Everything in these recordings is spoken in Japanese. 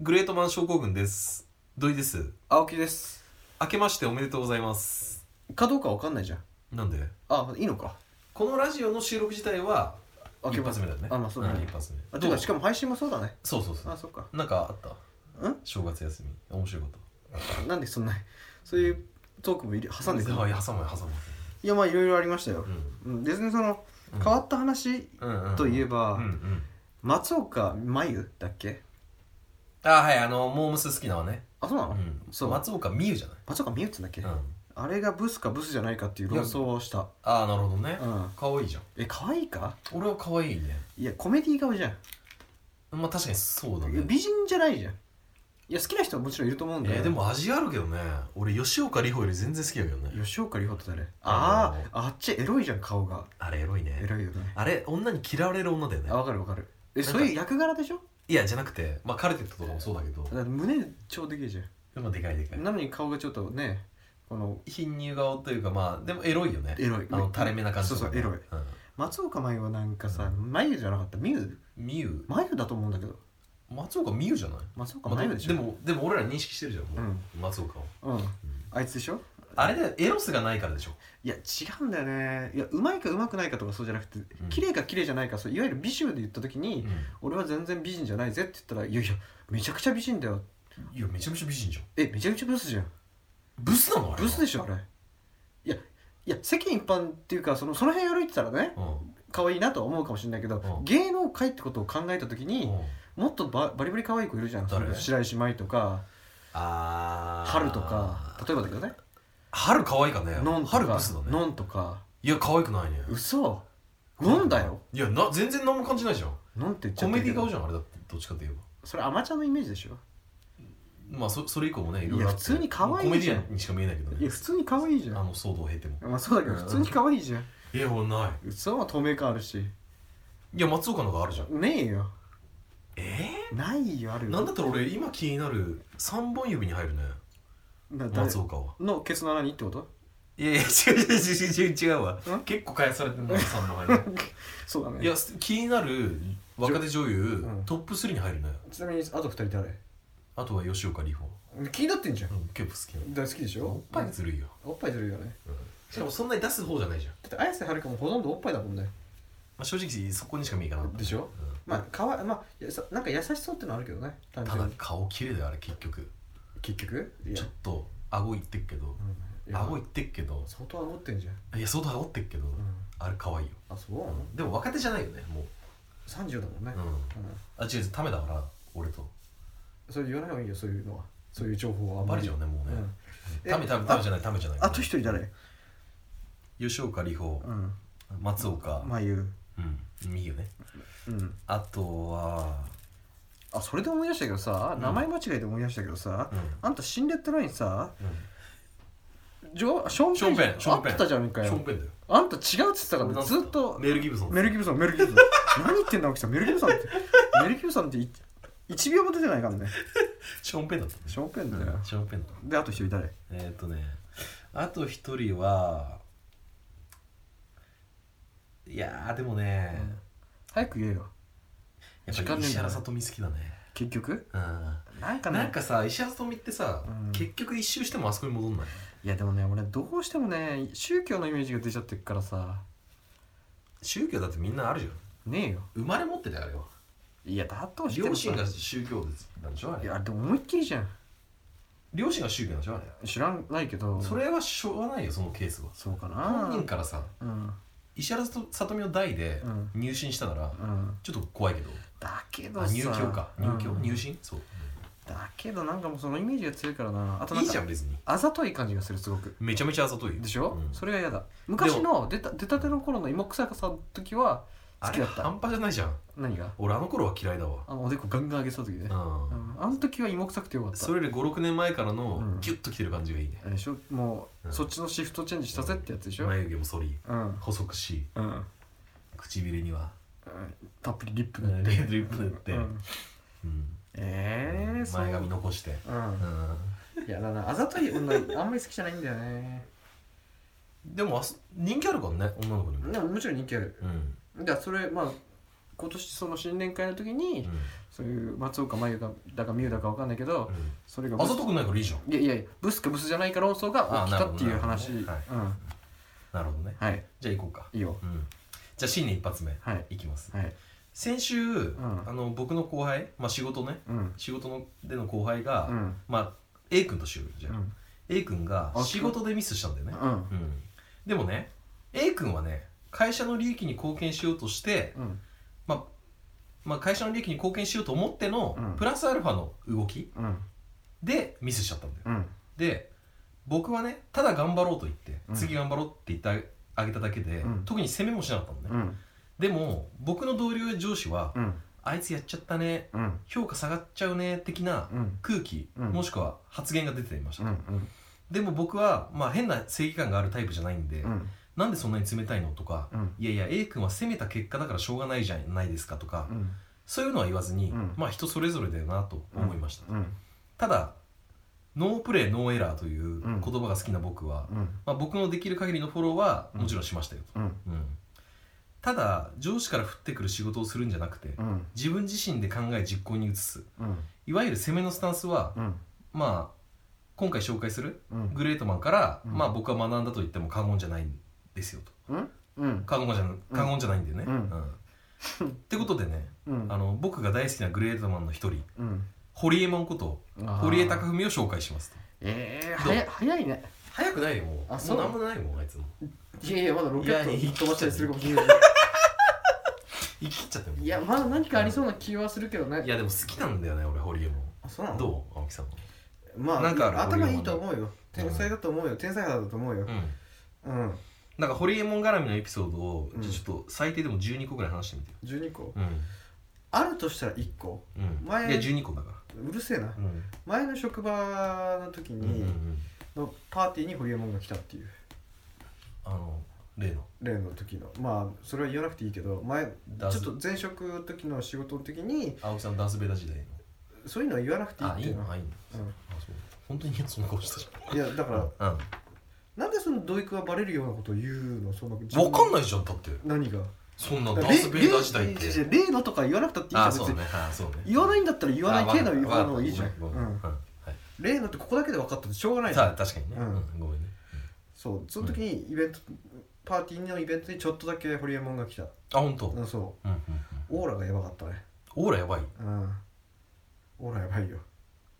グレートマン症候群です土井です青木です明けましておめでとうございますかどうかわかんないじゃんなんであいいのかこのラジオの収録自体はあ一発目だねあまあそうだねん一発目あてどかしかも配信もそうだねそうそうそあうそっかなんかあったん正月休み面白いこなんでそんなそういうトークも入れと挟んでくるはい挟むよ挟むよいやまあいろいろありましたよ、うん、別にそのうん変わった話うんうんといえば、うんうん松岡真優だっけあはいあのモームス好きなのねあそうなの、うんそう松岡美優じゃない松岡真優っつうんだっけ、うんあれがブスかブスじゃないかっていう論争をしたああなるほどねうん可愛いじゃんえ可愛いか俺は可愛いねいやコメディ顔じゃんまあ確かにそうだいやね美人じゃないじゃんいや好きな人はもちろんいると思うんだよ、えーでも味あるけどね俺吉岡里帆より全然好きだけどね吉岡里帆って誰ああのーああっちエロいじゃん顔があれエロいねエロいよねあれ女に嫌われる女だよねあわかるわかるえなんかそういう役柄でしょいやじゃなくてまあカルテットとかもそうだけどだって胸超でけえじでもでかいでかゃいんなのに顔がちょっとねこの貧乳顔というかまあでもエロいよねエロいあの垂れ目な感じとかねそうそうエロい松岡茉優はなんかさ眉じゃなかった眉うんミュ眉だと思うんだけど松岡ミュじゃない松岡まあ眉ででしょ、もでも俺ら認識してるじゃんもう、う松岡を、うんあいつでしょあれだよエロスがないからでしょいや違うんだよねいやうまいかうまくないかとかそうじゃなくて、ん綺麗か綺麗じゃないかそういわゆる美醜で言った時に、い俺は全然美人じゃないぜって言ったらいやいやめちゃくちゃ美人だよやめちゃめちゃ美人じゃんえめちゃくちゃブスじゃんブスなのあれブスででしょあれいやいや世間一般っていうかそのその辺歩いてたらねうん可愛いなとは思うかもしれないけど、うん芸能界ってことを考えた時に、うんもっとババリバリ可愛い子いるじゃん誰それ白石麻衣とかあー春とか例えばだけどね春可愛いかねのんと春ブかスだねのんとかいや可愛くないね嘘のんだよいやな全然何も感じないじゃんのんって言っちゃコメディ顔じじゃんあれだってどっちかといえばゃんそれアマちゃんのイメージでしょまあそそれ以降もねいろいろあっていや普通に可愛いじゃんコメディアンにしか見えないけどいねや普通に可愛いじあゃんの騒動を経てもまあそうだけど普通に可愛いじゃんいや俺な嘘は透明感あるしいいや松岡のがあるじゃんねえよえないよあるえよなんだったら俺今気になる3本指に入るねだ誰松岡はのケツの穴にってこと いやいや違う違う違う違う違うわん結構返されてるの3本入る そうだねいや気になる若手女優うんトップ3に入るねちなみにあと二人誰あとは吉岡里帆気になってんじゃんうん結構好きな大好きでしょおっぱいずるいよおっぱいずるいよねしかもそんなに出す方じゃないじゃんだって綾瀬はるかもほとんどおっぱいだもんねまあ正直そこにしか見えかなかったでしょうんまあかわまあやさなんか優しそうってのあるけどね単た純だに顔綺麗だよあれ結局結局いやちょっと顎いってっけどうんいや顎いってっけど相当顎ってんじゃんいや相当顎ってっけど、んあれ可愛いよあそうなのでも若手じゃないよねもう、 30だもんねうん、うあ違う違うためだから俺とんそれ言わない方がいいよそういうのはそういう情報はあんバまレりちゃうねもうね、うんえためためためじゃないためじゃないあと一人誰吉岡里帆、うん松岡まゆうんみゆねうんあとはあそれで思い出したけどさ名前間違えて思い出したけどさうんあんたシンデッドラインさうんジョショショーーンンペペンンショーンペンあったじゃんかショーンよペンだよあんた違うって言ってたからねずっとメル・ギブソンメル・ギブソンメル・ギブソン何言ってんだ青木さんメル・ギブソンってメル・ギブソンってい一秒も出てないからねショーンペンだったねショーンペンだうよんショーンペンだったであと一人誰えーっとねあと一人はいやーでもね、早く言えよやっ時ぱ間りねえんだね石原さとみ好きだね結局うんなんかねなんかさ石原さとみってさ、うん結局一周してもあそこに戻んないいやでもね俺どうしてもね宗教のイメージが出ちゃってるからさ宗教だってみんなあるじゃんねえよ生まれ持ってたよあれはいやだとしても両さ親が宗教なんでしょあいれやでも思いっきりじゃん両親が宗教なんでしょあれ知らないけどそれはしょうがないよそのケースはそうか本な人からさうん石原さとみの代でうん入信したなら、うんちょっと怖いけどだけどあさ入教か入教、うん入信そうだけどなんかもうそのイメージが強いからなあとないんいじゃかん別にあざとい感じがするすごくめちゃめちゃあざといよでしょ、うんそれが嫌だ昔の出た出たての頃の芋臭さの時は好あきれだった半端じゃないじゃん何が俺あの頃は嫌いだわあのおでこガンガン上げてた時ね、うん、うん、あの時は芋臭くてよかったそれより56年前からうのんギュッときてる感じがいいね、あれでしょもう、うんそっちのシフトチェンジしたぜってやつでしょ、うん眉毛も剃りうん細くしうん唇に はたっぷりリップリ塗って、ップ塗っうて、ん、うんええー、そう前髪残して、うんいやだなあざとい女あんまり好きじゃないんだよねでもあそ人気あるからね女の子にもでももちろん人気あるうん、だからそれまあ今年その新年会の時に、うんそういう松岡真優がだか美優だかわかんないけどうんそれがあブスざとくないからいいじゃんいやいやいやブスかブスじゃないか論争が起きたっていうあなる話ほどねはいうんなるほどねはいじゃあ行こうかいいようんじゃあ新年一発目はいいきますはい先週、んあの僕の後輩まあ仕事ねうん仕事のでの後輩が、うんまあ A 君としようよじゃうあ、ん A 君があ仕事でミスしたんだよねうんうんでもね A 君はね会社の利益に貢献しようとして、うんまあまあ、会社の利益に貢献しようと思っての、うんプラスアルファの動きうんでミスしちゃったんだようんで僕はねただ頑張ろうと言って、うん次頑張ろうって言ってあげただけで、うん特に責めもしなかったのね、うんでも僕の同僚や上司は、うんあいつやっちゃったねうん評価下がっちゃうね的なうん空気、うんもしくは発言が出ていました、うんうんでも僕は、まあ、変な正義感があるタイプじゃないんで、うんなんでそんなに冷たいのとか、うんいやいや A 君は攻めた結果だからしょうがないじゃないですかとか、うんそういうのは言わずに、うんまあ人それぞれだよなと思いました、うんただノープレーノーエラーというう言ん葉が好きな僕は、うんまあ、僕のできる限りのフォローはうんもちろんしましたよと、うんうんただ上司から降ってくる仕事をするんじゃなくて、うん自分自身で考え実行に移すうんいわゆる攻めのスタンスは、うんまあ今回紹介するうんグレートマンから、うんまあ僕は学んだと言っても過言じゃないんですよとうんうん過言じゃな過言じゃないんだよね、うんうんってことでねうんあの僕が大好きなグレートマンの一人うん堀江門こと堀江貴文を紹介しますとええどう早い早いね早くないよもうあそうもうなんもないもんあいつもいやいやまだロケットいやいや飛ばしたりするかもしれない生き切っちゃってもういやまだ何かありそうな気はするけどねいやでも好きなんだよね俺堀江門あそうなのどう青木さんはまあなんかある頭いい俺とも思うよ天才だと思うよ天才肌だと思うようんうんなんか堀江門絡みのエピソードを、うんじゃあちょっと最低でも12個ぐらい話してみてよ12個うあるとしたら1個んうん前いや12個だかうるせえならうん前の職場の時うんうんうにんのパーティーにホリエモンが来たっていうあの例の例の時のまあそれは言わなくていいけど前ちょダンスっと前職の時の仕事の時に青木さんのダンスベタ時代のそういうのは言わなくていいっあいていいうののあいいのあそう本当にその顔してたじうんいやだかゃんらうんなんでその土井君はバレるようなことを言うのそんな自分分かんないじゃんだって何がそんなダンスベーダー時代っ例例て例のとか言わなくたっていいじゃあん別そうにねあそうね言わないいんだったら言わない系の言わのいいじゃんごめうんんごめんはい例のってここだけで分かったってしょうがないじゃさあん確かにねうんうんごめんねそうその時にイベントパーティーのイベントにちょっとだけホリエモンが来たあ本当うんうんそうんうんうオーラがやばかったねオーラやばいうんオーラやばいよ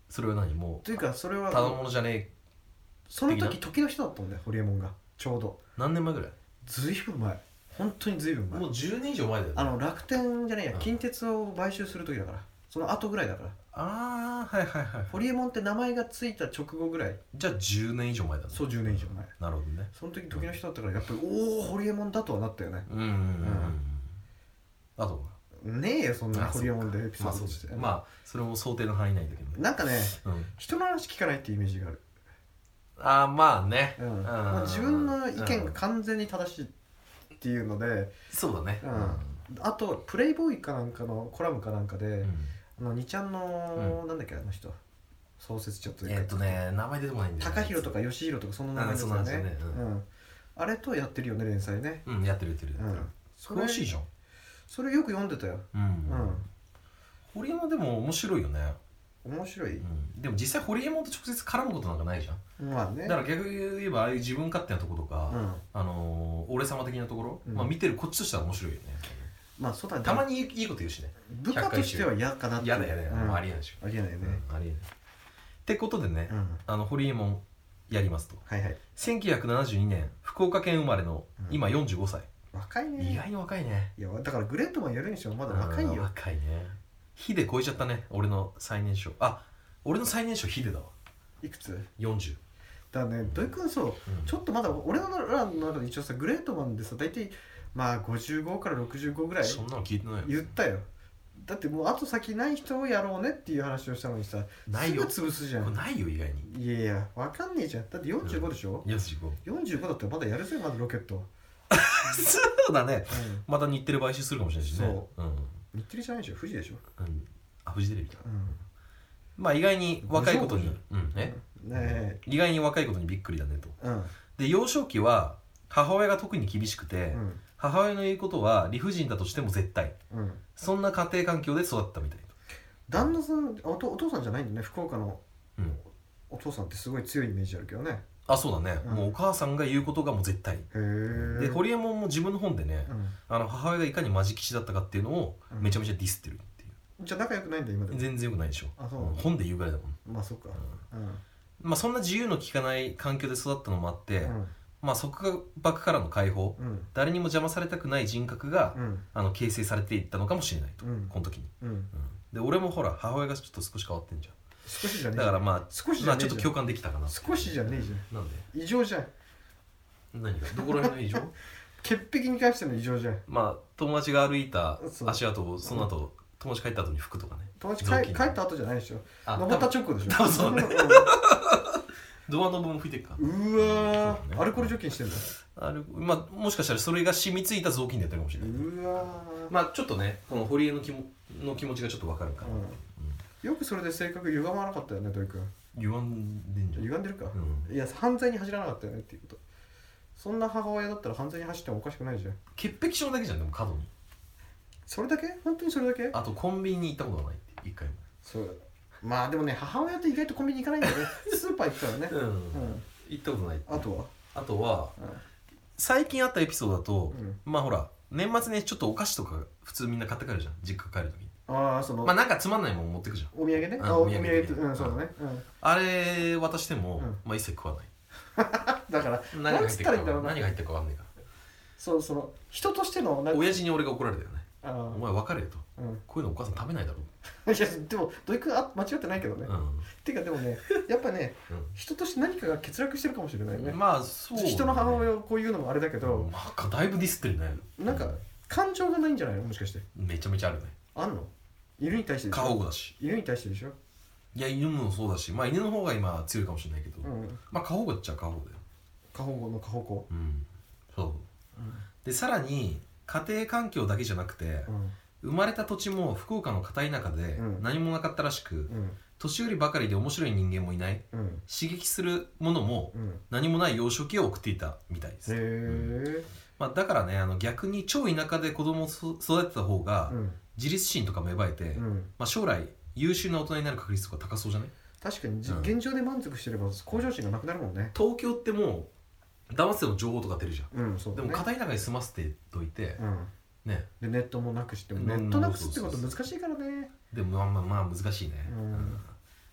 それは何もというかそれうただは者じゃねえその時時の人だったんだよホリエモンがちょうど何年前ぐらいずいぶん前本当にずいぶん前もう10年以上前だよねあの楽天じゃねえうやん近鉄を買収する時だからその後ぐらいだからああはいはいはいホリエモンって名前がついた直後ぐらいじゃあ10年以上前だねそう10年以上前なるほどねその時時の人だったからやっぱりおおホリエモンだとはなったよねうんうんうんうんあとねえよそんなあホリエモンでエピソまあーそドうとでしすてねまあそれも想定の範囲内だけどねなんかねうん人の話聞かないっていうイメージがある、ああまあねうんうんまあ、自分の意見うがん完全に正しいっていうのでそうだねうんあとプレイボーイかなんかのコラムかなんかで、うんあの2ちゃんの、なんだっけあの人創設者というえか、っとね名前出てこないんだよね高弘とか吉弘とかその名前ですうよんそうなんねですよねううんあれとやってるよね連載ねうんやってるやってるうやってるんそれ詳しいじゃんそれよく読んでたよううんん堀江もでも面白いよね面白い、うんでも実際ホリエモンと直接絡むことなんかないじゃんまあねだから逆に言えばああいう自分勝手なとことか、うんあのー、俺様的なところ、うんまあ見てるこっちとしては面白いよねまあそうだねたまにいいいいこと言うしね部下としては嫌かなってやだやだやだ、うんもうあありえないでしょ、りえないよね、うんありえないってことでね、うんあのホリエモンやりますとはいはい1972年福岡県生まれのうん今45歳、若いね意外に若いねいやだからグレートマンやるにしてもまだ若いうんよ若いねヒデ超えちゃったね俺の最年少あ俺の最年少ヒデだわいくつ40、だからね土井君そううんちょっとまだ俺の中で一応さグレートマンでさ大体まあ55から65ぐらいそんなの聞いてないよ言ったよだってもうあと先ない人をやろうねっていう話をしたのにさないよすぐ潰すじゃこれんないよ意外にいやいやわかんねえじゃんだって45でしょ、よし行こう45だったらまだやるぜまだロケット、そうだねうまた日テレ買収するかもしれないしねそうん、ん、日テレじゃないでしょ富士でしょ、うん、あフジテレビかうまあ意外に若いことに無うんん、ねね意外に若いことにびっくりだねとえうんで幼少期は母親が特に厳しくて、うん母親の言うことは理不尽だとしても絶対うんそんな家庭環境で育ったみたい旦那さんおとお父さんじゃないんだね福岡のうん、お父さんってすごい強いイメージあるけどねあそうだね、うんもうお母さんが言うことがもう絶対へえで堀エモ門も自分の本でね、あの母親がいかにマジ吉だったかっていうのをうんめちゃめちゃディスってるっていう、じゃあ仲良くないんだ今でも全然よくないでしょあそううん本で言うぐらいだもん、まあそっかうんうんまあ、そんな自由の利かない環境で育ったのもあって、うんまあ、束縛からの解放うん誰にも邪魔されたくない人格が、うんあの形成されていったのかもしれないと、うんこの時に、うんうんで俺もほら母親がちょっと少し変わってんじゃ少しじゃねんえだからまあ少しじまゃあちねょっえとじゃ共感できたかなっていう少しじゃねえじゃんなんでん異常じゃん何がどこら辺の 異常潔癖に関しての異常じゃんまあ友達が歩いたそう足跡をその後、友達帰った後に服とかね友達雑帰巾帰った後じゃないでしょあ登っ多た分直後でしょ多分そうねんドアノブも拭いてるかうわそうねーアルコール除菌してんだあれ、まあ、もしかしたらそれが染みついた雑巾でやってるかもしれない、うわーまあちょっとねこの堀江の気もの気持ちがちょっとわかるかな、うんよくそれで性格歪まなかったよね土井君言わんでんじゃん歪んでるかう、んいや犯罪に走らなかったよねっていうことそんな母親だったら犯罪に走ってもおかしくないじゃん潔癖症だけじゃんでも過度にそれだけ本当にそれだけあとコンビニに行ったことがないって一回もそうまあでもね母親って意外とコンビニ行かないんだ よねスーパー行くからねうん、うん行ったことないあとはあとは最近あったエピソードだと、うんまあほら年末ねちょっとお菓子とか普通みんな買って帰るじゃん実家帰るときにああその、まあなんかつまんないもん持ってくじゃんお土産ねうんあおお土土産産ってうんそうだね、うん、あれ渡しても、うんまあ一切食わないだから何が入ってるかなんつったらいいんだろうな何が入ってるか分かんないかそうその人としてのらなんか親父に俺が怒られたよねあおー前分かれよとうん、こういうのお母さん食べないだろいやでも土井君あ間違ってないけどね、う、うんていうかでもねやっぱねうん人として何かが欠落してるかもしれないね、まあそう、人の母親をこういうのもあれだけとど、なんかだいぶディスってるねなんか感情がないんじゃないのもしかしてめちゃめちゃあるねあんの犬に対してでし過保ょ護だし犬に対してでしょいや犬もそうだしまあ犬の方が今強いかもしれないけど、うんまあ過保護っちゃ過保護だよ過保護の過保護うんそうでさらに家庭環境だけじゃなくてうん生まれた土地も福岡の片田舎でうん何もなかったらしくうん年寄りばかりで面白い人間もいないうん刺激するものもうんへ何もない幼少期を送っていたみたいです、えまあ、だからねあの逆に超田舎で子供をそ育てた方がうん自立心とか芽生えて、うんまあ、将来優秀な大人になる確率とか高そうじゃない確かにじうん現状で満足してれば向上心がなくなるもんね東京ってもう騙せても情報とか出るじゃんうんそうでだもね片田舎に住ませてといて、うんねでネットもなくしてもうんネットなくすってそうこそとうそう難しいからねでもまあまあまあ難しいね、うん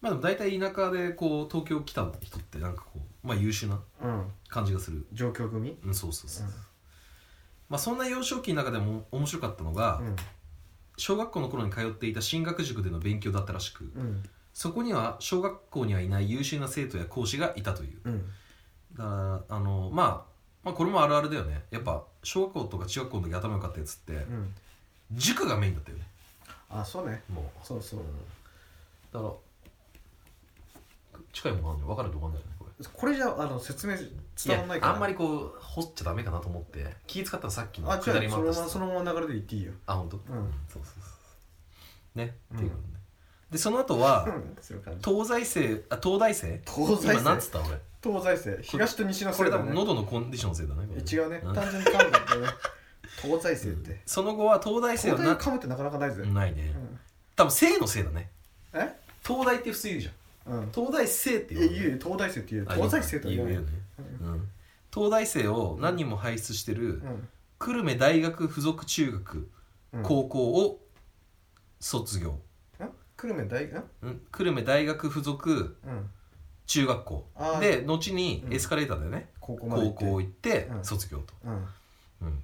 まあでも大体田舎でこう東京来た人ってなんかこうまあ優秀なうん感じがする状況組うんそうそうそう、うんまあそんな幼少期の中でも面白かったのが、うん小学校の頃に通っていた進学塾での勉強だったらしく、うんそこには小学校にはいない優秀な生徒や講師がいたといううんだからあの、まあ、まあこれもあるあるだよねやっぱ小学校とか中学校の時頭良かったやつってうん塾がメインだったよねあそうねもうそうそうだから近いものあるの分かるとこあるんだよねこれこれじゃあの説明伝わんないかやらあんまりこう掘っちゃダメかなと思って気使ったらさっきのあ、違下う、りもそあったのまま、しそさのまま流れで言っていいよ。あ本当うんそうそうそうそうねうんっていうことねでその後はうん、そういう感じ。東西生あ東大生東西今なんつっ生た俺東西生東と西のこせいれ多だ分ね。喉のコンディションのせいだねこえれ違うね、ん単純に噛んだんだよね。東西生って。その後は東大生東はな大噛むってなかなかないぜ。ないねうん多分生のせいだねえ東大って普通言うじゃんうん。東大生ってい言や、う言うよ、東大生って言うよ。あ東西生とは言言わうないよね、うん、東大生を何人も輩出してる、うん。久留米大学附属中学うん高校を卒業、ん久留米大学うん、久留米大学附属うん。中学校あーで後にうんエスカレーターでね、高校まで高行って。うん校行ってうん卒業と、うん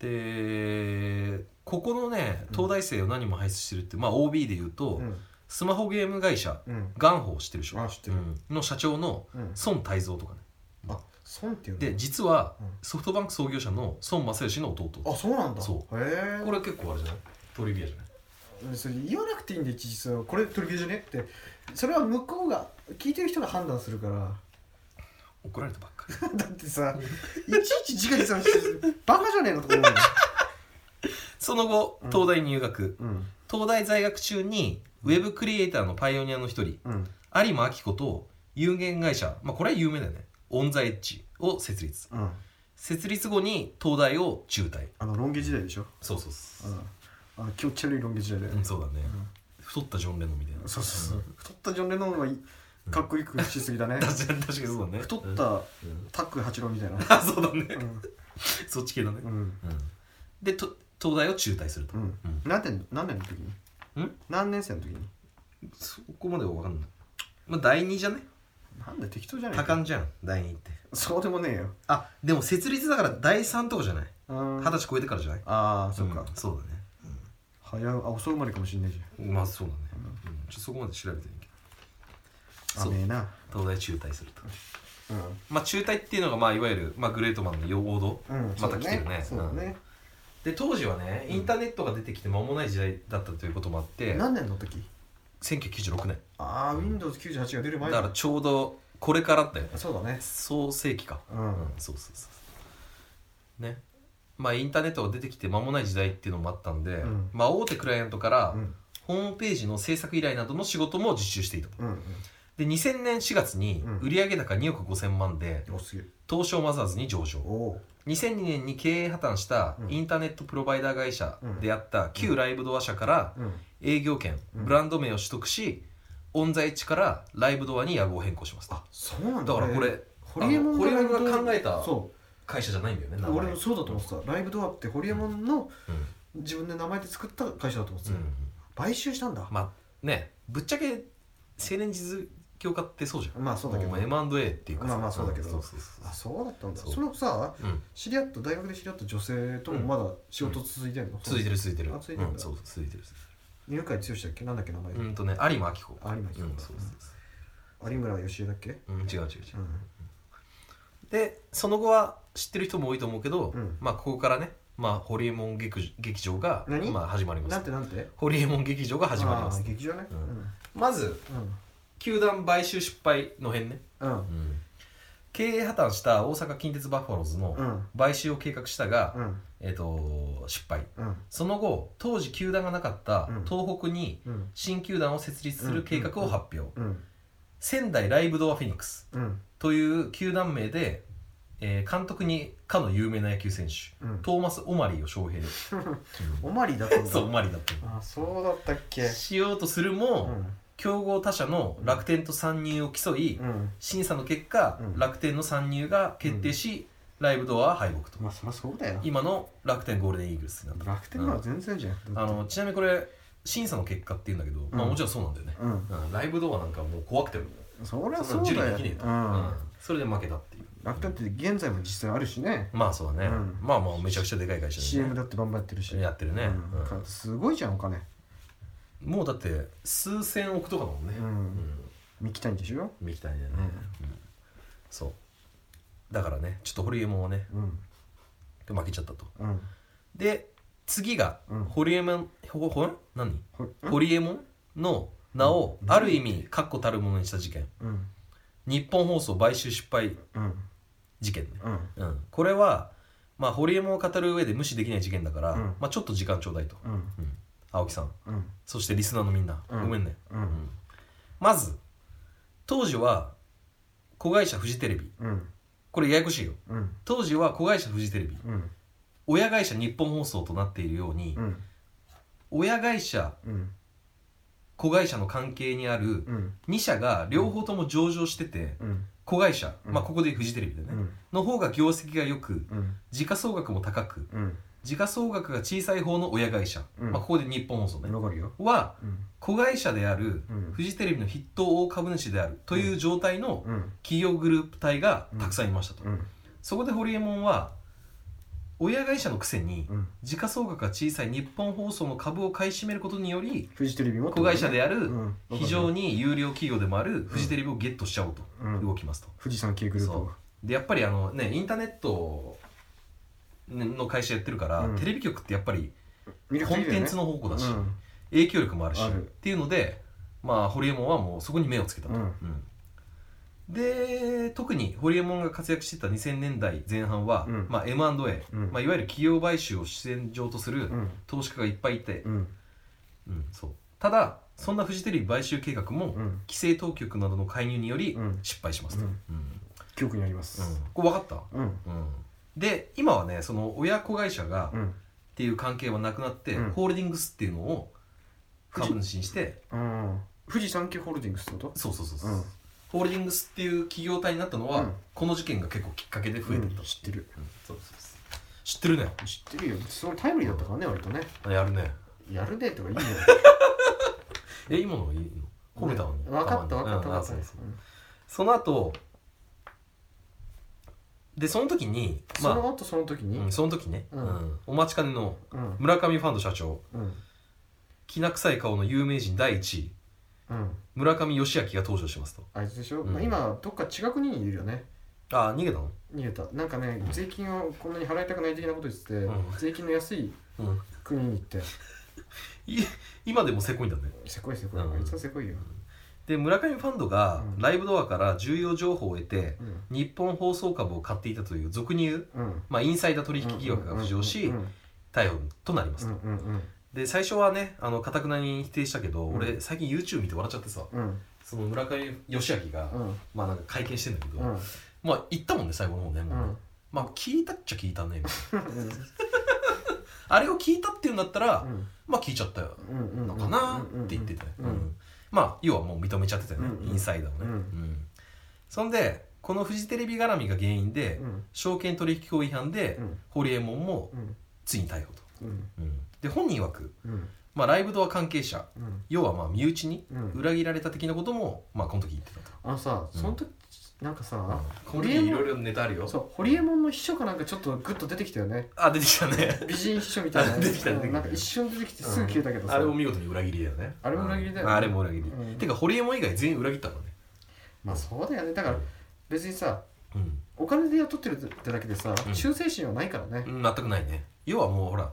でここのね東大生を何人も輩出してるって、まあ、OB で言うと、うん。スマホゲーム会社うん。ガンホー知ってるでしょあ知ってるうんの社長のうん。孫泰造とかねあ、孫っていうので実はうんソフトバンク創業者の孫正義の弟あ、そうなんだ。そへえ。これ結構あれじゃないトリビアじゃないそれ言わなくていいんで一時そのこれ取り消しねってそれは向こうが聞いてる人が判断するから怒られたばっかり だってさいちいち直にさバカじゃねえのとか思うよその後うん東大入学、うん東大在学中にウェブクリエイターのパイオニアの一人うん有馬明子と有限会社、まあ、これは有名だよねオン・ザ・エッジを設立うん設立後に東大を中退あのロン毛時代でしょそうそうそううんあの気持ち悪いロン毛時代だようんそうだね、太ったジョン・レノンみたいなそうそうそう太ったジョン・レノンはいかっこよくしすぎだねん 確かに確かにそうだね太っうんたうん タック八郎みたいなあそうだねうんそっち系だねうんうんでと東大を中退するとうんうん何年何年の時にん何年生の時にそこまでは分かんないまあ第二じゃねなんだ適当じゃね多えか感じゃん第二ってそうでもねえよあでも設立だから第三とかじゃない二二十歳超えてからじゃないああそっかんそうだね早いあ遅生まれかもしんないじまあそうだねうんちょそこまで調べてないけゃんそう甘えなど東大中退するとうんまあ中退っていうのがまあいわゆるまあグレートマンの王道うんまた来てるねそうだねで当時はねインターネットが出てきて間もない時代だったということもあって何年の時1996年ああ Windows98 が出るだ前からちょうどこれからだよねそうだね創世紀かうんうんそうそうそうねまあインターネットが出てきて間もない時代っていうのもあったんで、うんまあ大手クライアントからうんホームページの制作依頼などの仕事も受注していたとうんで2000年4月にうん売上高2億5000万でうんおすげえ東証マザーズに上場おお2002年に経営破綻したうんインターネットプロバイダー会社であった旧ライブドア社からうん営業権うんブランド名を取得しオンザエッジからライブドアに野望を変更しますとそうなんだだからこれホリエモンあのホリエモンが考えたそ会社じゃないんだよねう名前俺もそうだと思ってたライブドアってホリエモンのうん自分で名前で作った会社だと思ってうたん買収したんだまあねぶっちゃけ青年実業家ってそうじゃんまあそうだけども M&A っていうかさまあまあそうだけどんそうそうそうあそうだったんだそうそのさうん知り合った大学で知り合った女性ともまだ仕事続いてんの続いてる続いてるあ続いてるんだうんそう続いてる続い犬飼剛だっけなんだっけ名前てるうんとね有馬明子有馬明子うんそうそう有村芳恵だっけそううん違う違う違ううんでその後は知ってる人も多いと思うけどうんまあここからねまあホリエモン劇劇場が何まあ始まりまなんすてなんてホリエモン劇場が始まりますあー劇場ねううんんまず球団買収失敗の辺ねうんうん経営破綻した大阪近鉄バファローズのうん買収を計画したが、うんえっ、と失敗うんその後当時球団がなかったうん東北にうん新球団を設立する計画を発表、うん仙台ライブドアフェニックスうんという球団名で、えー監督にかの有名な野球選手うんトーマス・オマリーを招聘おまりだったんだそうオマリーだったのあそうだったっけしようとするも、競合他社の楽天と参入を競い、うんうん審査の結果、うん楽天の参入が決定し、ライブドアは敗北と、まあそりゃそうだよ今の楽天ゴールデンイーグルスになった楽天のは全然じゃんあのちなみにこれ審査の結果っていうんだけど、まあもちろんそうなんだよね、うんうんライブドアなんかもう怖くてもそりそゃんそなう受理だでよきねえと、ううんんそれで負けたっていう楽天って現在も実際あるしねまあそうだね、うんまあまあめちゃくちゃでかい会社で、ね CM だってバンバンやってるしやってるねうんうんすごいじゃんお金もうだって数千億とかだもんねうん三木谷でしょうん、みたいだよね、ううんんそうだからねちょっとホリエモンはねうん負けちゃったとうんで次が、うんホリエモンほほん何ほホリエモンの名をある意味確固たるものにした事件うん日本放送買収失敗うん事件ねうんうん、これは、まあ、ホリエモンを語る上で無視できない事件だから、うんまあ、ちょっと時間ちょうだいと、うんうん青木さんうんそしてリスナーのみんな、うんごめんね、ううんんまず当時は子会社フジテレビうんこれややこしいようん当時は子会社フジテレビうん親会社日本放送となっているように、うん親会社うん子会社の関係にあるうん2社が両方とも上場してて、うん子会社、うんまあ、ここでフジテレビでね、うんの方が業績が良くうん時価総額も高くうん時価総額が小さい方の親会社、うんまあ、ここで日本放送ね、わかるよはうん子会社であるうんフジテレビの筆頭大株主であるという状態のうん企業グループ体がたくさんいましたと、うんそこでホリエモンは親会社のくせにうん時価総額が小さい日本放送の株を買い占めることによりフジテレビも子会社であるうん非常に有料企業でもあるフジテレビをゲットしちゃおうとうん動きますと富士山系グループでやっぱりあのねインターネットの会社やってるから、うんテレビ局ってやっぱり魅力コン的だテよンねツの方向だし、うん影響力もあるしあっるていうのでまあホリエモンはもうそこに目をつけたと、うんうんで特にホリエモンが活躍してた2000年代前半は、うんまあ、M&A、うんまあ、いわゆる企業買収を主戦場とするうん投資家がいっぱいいて、うんうんそうただそんなフジテレビ買収計画も、うん規制当局などの介入によりうん失敗しますと、うんうん記憶にありまうんすこれ分かった、うんうん、で今はねその親子会社が、うんっていう関係はなくなって、うんホールディングスっていうのを株主にしてうん富士山系ホールディングスってことそうそうそうそう、うんホールディングスっていう企業体になったのは、うんこの事件が結構きっかけで増えてった、うん知ってるうんそうそうそう知ってるね知ってるよそれタイムリーだったからね割とねあやるねやるねとかいいねえ今のいいの褒めたのに、分かったま分にかったうん分かあったそうそうその後でその時にそまあの後その時にうん、その時ね、うんうんお待ちかねのうん村上ファンド社長うんきな臭い顔の有名人第1位うん村上義明が登場しますとあいつでしょうんまあ今どっか違う国にいるよねあー逃げたの逃げたなんかね税金をこんなに払いたくない的なこと言ってて、うん税金の安いうん国に行ってい今でもせこいんだねせこいせこい、うんあいつはせこいよ、で村上ファンドがうんライブドアから重要情報を得てうん日本放送株を買っていたという俗に言う、うん、まあ、インサイダー取引疑惑が浮上しうん逮捕となりますうと、んうんうんで最初はねあのかたくなに否定したけど、うん俺最近 YouTube 見て笑っちゃってさうんうんその村上義明が、うんまあなんか会見してんだけど、うんまあ言ったもんね最後の方ねもうねうんまあ聞いたっちゃ聞いたねみたいな あれを聞いたっていうんだったら、まあ聞いちゃったようんのかなって言ってたよ、うんうんまあ要はもう認めちゃってたよね、うんインサイダーをね、うんうんそんでこのフジテレビ絡みが原因で、うん証券取引法違反で、うん堀エモ門もうんついに逮捕と、うんうんで本人曰く、うんまあ、ライブドア関係者うん要はまあ身内にうん裏切られた的なことも、まあ、この時言ってたと、あのさうんその時なんかさこの堀時エいモろいろネタあるよそうホリエモンの秘書かなんかちょっとグッと出てきたよねあ出てきた ね美人秘書みた いな出てきた出てきたうんなんか一瞬出てきてすぐ消えたけどさあれも見事に裏切りだよねあれも裏切りだよねうんあれも裏切り、うんてか堀エモ門以外全員裏切ったからねまあそうだよねだから別にさうんお金で雇ってるってだけでさうん忠誠心はないからねうん全くないね要はもうほら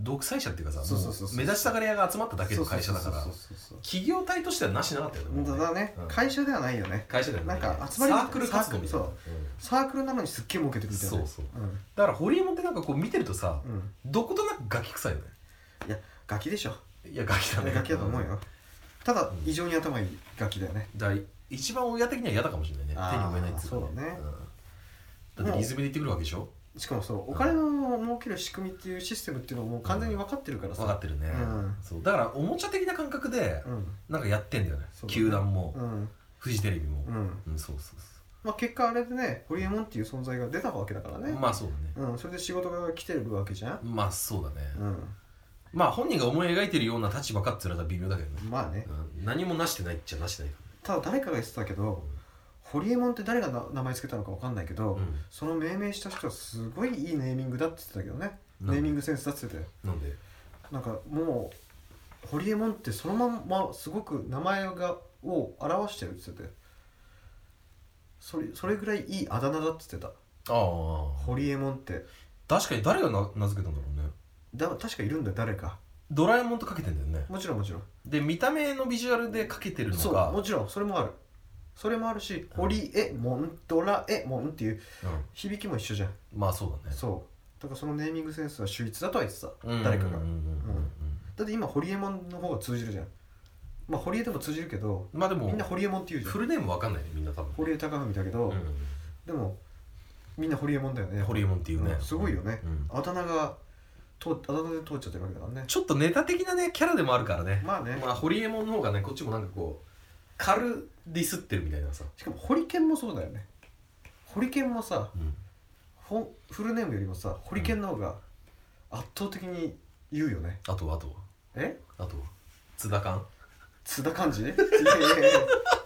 独裁者っていうかさそうそうそうもそうう目指したがり屋が集まっただけの会社だからそうそうそうそう企業体としてはなしなかったよねもう本当だねうん会社ではないよね会社だよねなんか集まりサークル活動みたいなサーうんサークルなのにすっげえ儲けてくみたいなそうそうだから堀エモ門ってなんかこう見てるとさうんうんどことなくガキ臭いよねいやガキでしょいやガキだねガキだと思うよただうん異常に頭いいガキだよねだから一番親的には嫌だかもしれないねあー手に負えないっていうかそうだねうんだってリズムで言ってくるわけでしょしかもそうお金の儲ける仕組みっていうシステムっていうのはもう完全に分かってるから分かっさてるね、うんそうだからおもちゃ的な感覚でうんなんかやってんだよねそうだね球団も、うんフジテレビもう、んうんそうそうそうまあ結果あれでねホリエモンっていう存在が出たわけだからねまあそうだね、うんそれで仕事が来てるわけじゃんまあそうだね、うんまあ本人が思い描いてるような立場かって言われたら微妙だけどね、まあねうん何もなしてないっちゃなしてないかただ誰かが言ってたけどホリエモンって誰がな名前つけたのかわかんないけどら、ねその命名した人はすごいいいネーミングだって言ってたけどねなんでネーミングセンスだって言ってたようん、なんでなんかもうホリエモンってそのまんますごく名前がを表してるって言っててそれそれぐらいいいあだ名だって言ってあたあホリエモンって確かに誰がな名付けたんだろうねだ確かいるんだよ誰かドラえもんとかけてんだよねもちろんもちろんで見た目のビジュアルでかけてるのそうがもちろんそれもあるそれもあるし、ホリエモンドラエモンっていううん響きも一緒じゃんまあそうだねそうだからそのネーミングセンスは秀逸だとは言ってた、うん誰かが、うんうんうんうんだって今ホリエモンの方が通じるじゃんまあホリエでも通じるけどまあでもみんなホリエモンって言うじゃフんルネームわかんないねみんな多分ホリエ貴文だけど、うんでもみんなホリエモンだよねホリエモンっていうね、うんすごいよねうんあだ名がとあだ名で通っちゃってるわけだからねちょっとネタ的なねキャラでもあるからねまあね、まあ、ホリエモンの方がねこっちもなんかこう軽ディスってるみたいなさ、しかもホリケンもそうだよねホリケンもさうん、ほんフルネームよりもさホリケンの方が圧倒的に言うよね、あとはあとはえあとは津田 寛津田寛治 いやいやいや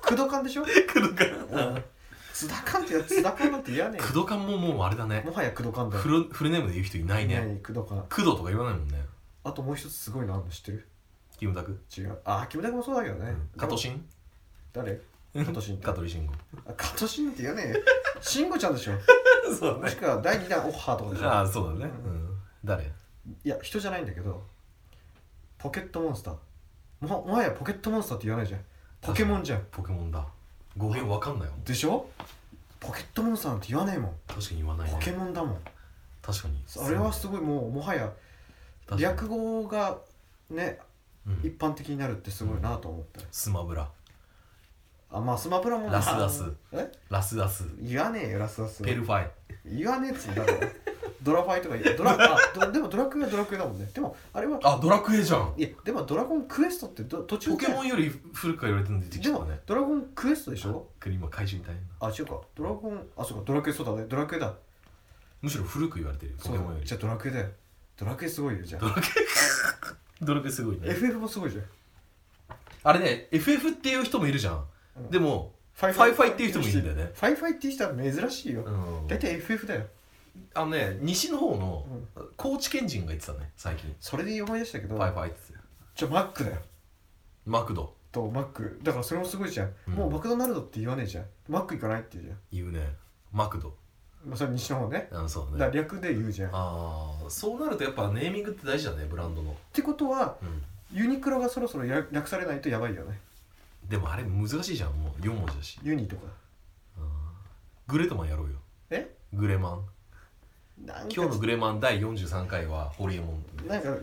工藤寛でしょ工藤 うん津田寛って津田寛なんて言わねえよ工藤寛ももうあれだねもはや工藤寛だよフルフルネームで言う人いないね、い工藤か工藤とか言わないもんねあともう一つすごいのあるの知ってるキムタク、違うあキムタクもそうだけどね、うん、加藤慎誰加藤慎って加藤 慎吾あ加藤慎って言わねえよ慎吾ちゃ んでしょそもしくは第二弾オッハーとかでしあょあそうだね、う、うん誰いや人じゃないんだけどポケットモンスターももはやポケットモンスターって言わないじゃんポケモンじゃんポケモンだ語源わかんないもんでしょポケットモンスターなんて言わねえもん確かに言わないポケねモンだもん確かにあれはすごいもうもはや確かに略語がねうん一般的になるってすごいなと思って、スマブラあまあスマブラもラスラスえラスラス言わねえよラスラスペルファイ 言わねえっつうんだろドラファイとか言うドラあドでもドラクエはドラクエだもんねでもあれはあドラクエじゃんいやでもドラゴンクエストってど途中ポでケモンより古くから言われてるの出てきでたわもねドラゴンクエストでしょ今怪獣みたいなあ違うかドラゴンあそうかドラクエそうだねドラクエだむしろ古く言われてるよポそケうモンよだりじゃあドラクエだよドラクエすごいよじゃドあラクエ ドラクエすごいね FF もすごいじゃんあれね FF っていう人もいるじゃん、うんでもファイファイファイっていう人もいるんだよねファイファイっていう人は珍しいようん大体 FF だよあのね西の方の高知県人が言ってたね最近それで思い出したけどファイファイって言ってじゃあマックだよマクドとマックだからそれもすごいじゃん、うんもうマクドナルドって言わねえじゃんマック行かないって言うじゃん言うねマクドまあ、それ西の方ねあそうだからね略で言うじゃんっああそうなるとやっぱネーミングって大事だねブランドの、てことはうん、ユニクロがそろそろや略されないとやばいよねでもあれ難しいじゃんもう4文字だしユニとかグレートマンやろうよえグレマンなん今日のかグレマン第43回はホリエモンなんかや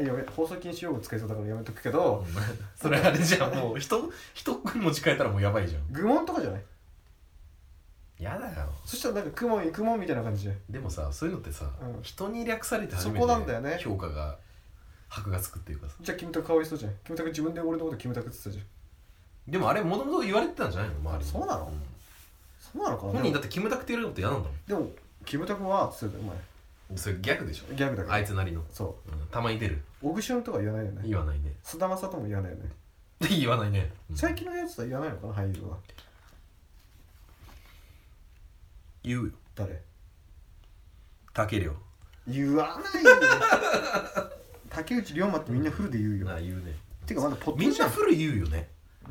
め放送禁止用語使いそうだからやめとくけど、それあれじゃんもう人一文字変えたらもうやばいじゃん愚問とかじゃないやだよそしたらなんかクモンクモンみたいな感じででもさそういうのってさ、うん人に略されて初めそこなんだよねて評価が箔がつくっていうかさじゃあキムタクかわいそうじゃんキムタク自分で俺のことキムタクって言ってたじでもあれもともと言われてたんじゃないの周りにそうなのゃんそうなのかうなん本人でだもってキムタクって言われるのって嫌なんだもでもキムタクはそうだよお前んそれギャグでしょギャグだかあらいつなりの、そうんたまに出るうオグシュンとか言わないよね言わないね 菅田将暉も言わないよね言わないね、うん最近のやつは言わないのかな俳優は言うよ誰竹量言わないよ 竹内涼真ってみんなフルで言うよ、あ言うねてかまだポッみドんじゃなんフル言うよね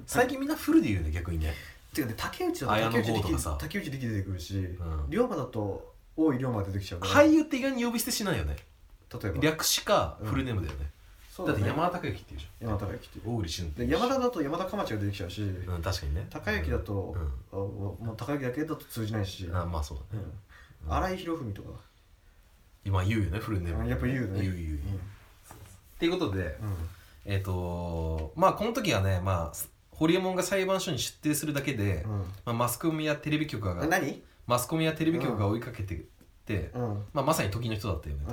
最近みんなフルで言うね逆にねてかね竹内だと竹内綾野剛と力かさ竹内力出てくるし、ん龍馬だと大井龍馬出てきちゃうから、俳優って意外に呼び捨てしないよね例えば略しかフルネームだよね、そうだだ,、っね、て山田孝之っていうじ山田孝之っていうゃん大栗旬っていうでし山田だと山田かまちが出てきちゃうし、うん確かにね高之だと、うんあもう高之だけだと通じないし、あまあそうだね、うん荒井博文とか、今言うよねフルネーうムん、やっぱ言うよね言う言う言うっていうことでうん、うんえっ、とまあこの時はねまあホリエモンが裁判所に出廷するだけで、うんまあ、マスコミやテレビ局あが何マスコミやテレビ局が追いかけてって、うんうんまあ、まさに時の人だったよね、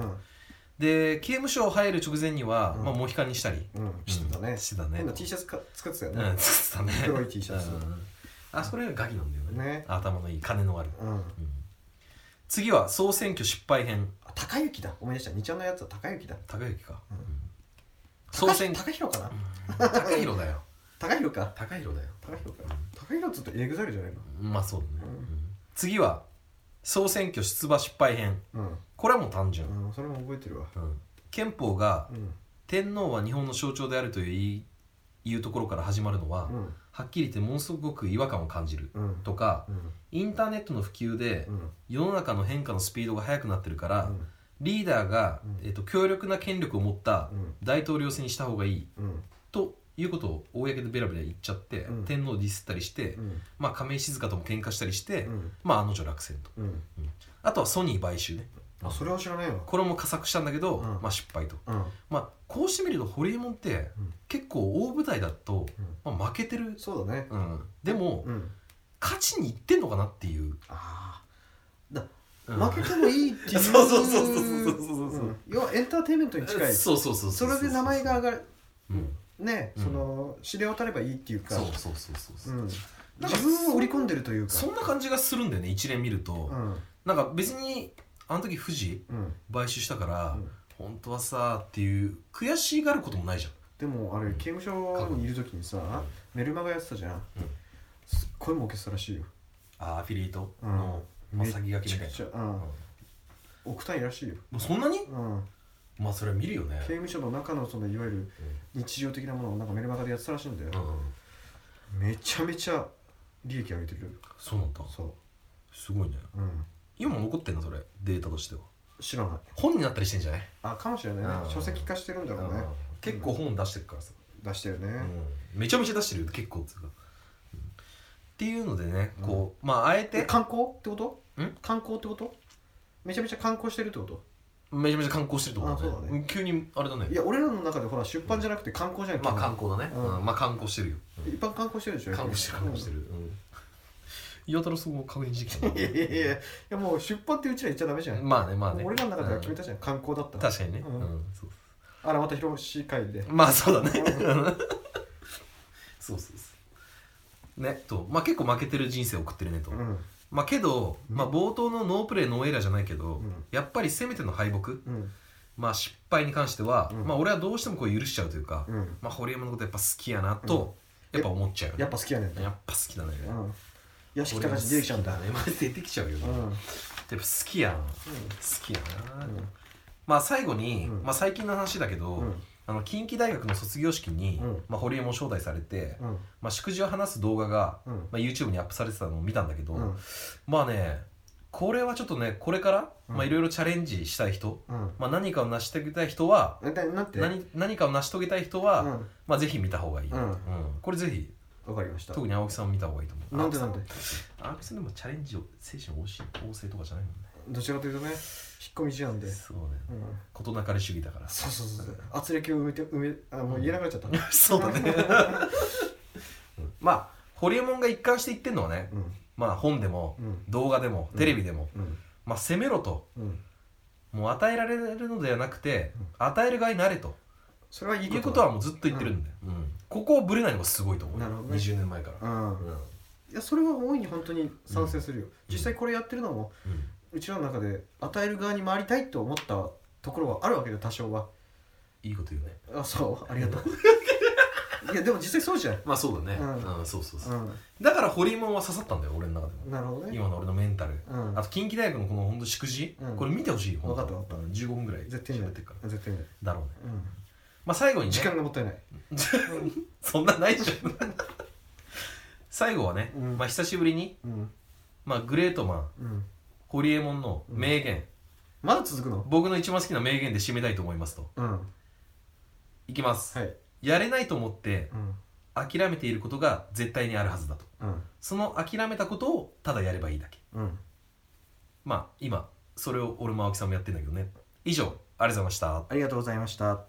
で刑務所入る直前には、うんまあ、モヒカンにしたりうんしてたね、うんしてたね今 T シャツか作ってたようねんつってたね黒い T シャツうんあそれがガキなんだよねね頭のいい金のある、うん、うん次は総選挙失敗編あ高之だ思い出した二ちゃんのやつは高之だ高之か、うんうん総高選高弘かな高弘だよ高弘か高弘だよ高弘か高弘っつってエグザイルじゃないのまあそうだね、うんうん次は総選挙出馬失敗編これはもう単純、うん、うん、それも覚えてるわうん憲法がうん天皇は日本の象徴であるという言いいうところから始まるのは、うんはっきり言ってものすごく違和感を感じる、うんとかうんインターネットの普及でうん世の中の変化のスピードが速くなってるかうら、んリーダーが、うんえっと強力な権力を持ったうん大統領選にした方がいいうんということを公でベラベラ言っちゃって、うん天皇をディスったりして、うんまあ、亀井静香とも喧嘩したりして、うんまああの女落選とうんあとはソニー買収ねあそれは知らないわこれも加策したんだけど、うんまあ失敗とうんまあこうしてみるとホリエモンってうん結構大舞台だと、まあ、負けてる、そうだねうん、でも、うん勝ちにいってんのかなっていう、ああだうん負けてもいいってい うそうそうそうそうそうそうそううん要はエンターテインメントに近いそうそうそうそれで名前が上がるうんねうんその資料を取ればいいっていうかそうそうそうそうそう、うんなんか自分を織り込んでるというかそんな感じがするんだよね一連見ると、うんなんか別にあの時富士うん買収したから、うん本当はさっていう悔しがることもないじゃんでもあれ刑務所にいる時にさメルマガやってたじゃん、すっごい儲けてたらしいよあーアフィリエイトうんの、まあ、先駆けみたいめなちゃくちゃ、うんうん、も億単位らしいよ、うそんなにうん、まあそれは見るよね刑務所の中のそのいわゆる日常的なものをなんかメルマガでやってたらしいんだうよ、んめちゃめちゃ利益上げてるそうなんだそすごいねう、うん、今も残ってんのそれデータとしては知らない本になったりしてんじゃない、あかもしれないねうん書籍化してるんだろうねうん結構本出してるからさ、出してるね、うんめちゃめちゃ出してるよ結構っつうか、うんっていうのでねこう、まああえでて観光ってことん観光ってことめちゃめちゃ観光してるってことめちゃめちゃ観光してると思う,、あそうだねん急にあれだねいや俺らの中でほら出版じゃなくて観光じゃん、まあ観光だね、うんうんまあ観光してるよ、うん一般観光してるでしょ観光してる観光してる、うん岩太郎そこ確認してきいやいやいやいやもう出版ってうちら言っちゃダメじゃた ん、まあねまあね俺らの中では決めたじゃん、観光だったうんら確かにね、ううんんそうあらまた広し会でまあそうだねうそうそうそうねとまあ結構負けてる人生を送ってるねと、うんまあけど、うんまあ、冒頭のノープレーノーエラーじゃないけど、うんやっぱりせめての敗北、うんまあ、失敗に関しては、うんまあ俺はどうしてもこう許しちゃうというか、うんまあ堀山のことやっぱ好きやなと、やっぱ思っちゃうよねやっぱ好きやねんなやっぱ好きだね、うん屋敷隆出てきちゃうんだ俺も好きねまあ出てきちゃうよ、うねんやうっぱん好きやな好きやな、まあ最後に、うんまあ最近の話だけど、うんあの近畿大学の卒業式に、うんまあ、堀江も招待されて、うんまあ、祝辞を話す動画が、うんまあ、YouTube にアップされてたのを見たんだけど、うんまあねこれはちょっとねこれから、うんまあ、いろいろチャレンジしたい人、うんまあ、何かを成し遂げたい人はえだなんて何何かを成し遂げたい人うは、んまあ、ぜひ見た方がいい、うんこれぜひわかりました特に青木さんを見た方がいいと思うなんでなんで青木さんでもチャレンジを精神旺盛旺盛とかじゃないもんねどちらかというとね引っ込み思案でうんそうね事なかれ主義だからそうそうそうそう圧力を埋めて埋めあもう言えなくなっちゃった そうだね うんまあホリエモンが一貫して言ってるのはね、うんまあ本でも、うん動画でもうんテレビでも、うんまあ攻めろとうんもう与えられるのではなくて、うん与える側になれとそれはいいいうここととだはもうずっと言ってるんで、うんここをぶれないのがすごいと思うなるほどね20年前から、うんうんいやそれは大いに本当に賛成するよ、実際これやってるのもうんうちらの中で与える側に回りたいと思ったところはあるわけで多少はいいこと言うねあそうありが とういやでも実際そうじゃないまあそうだね、ううんんそうそうそう、うだからホリエモンは刺さったんだよ俺の中でもんなるほどね今の俺のメンタル、うんあと近畿大学のこのほんと祝辞、うんこれ見てほしいほんとわかったわかうん15分ぐらい絶対見喋なっいてるから絶対見ない、だろうねうん、まあ最後にね時間がもったいないそんなないじゃん 最後はね、うんまあ久しぶりに、うんまあ、グレートマンうんホリエモンの名言、まだ続くの僕の一番好きな名言で締めたいと思いますとうんいきます、はいやれないと思ってうん諦めていることが絶対にあるはずだとうんその諦めたことをただやればいいだけうんまあ今それを俺も青木さんもやってんだけどね以上ありがとうございましたありがとうございました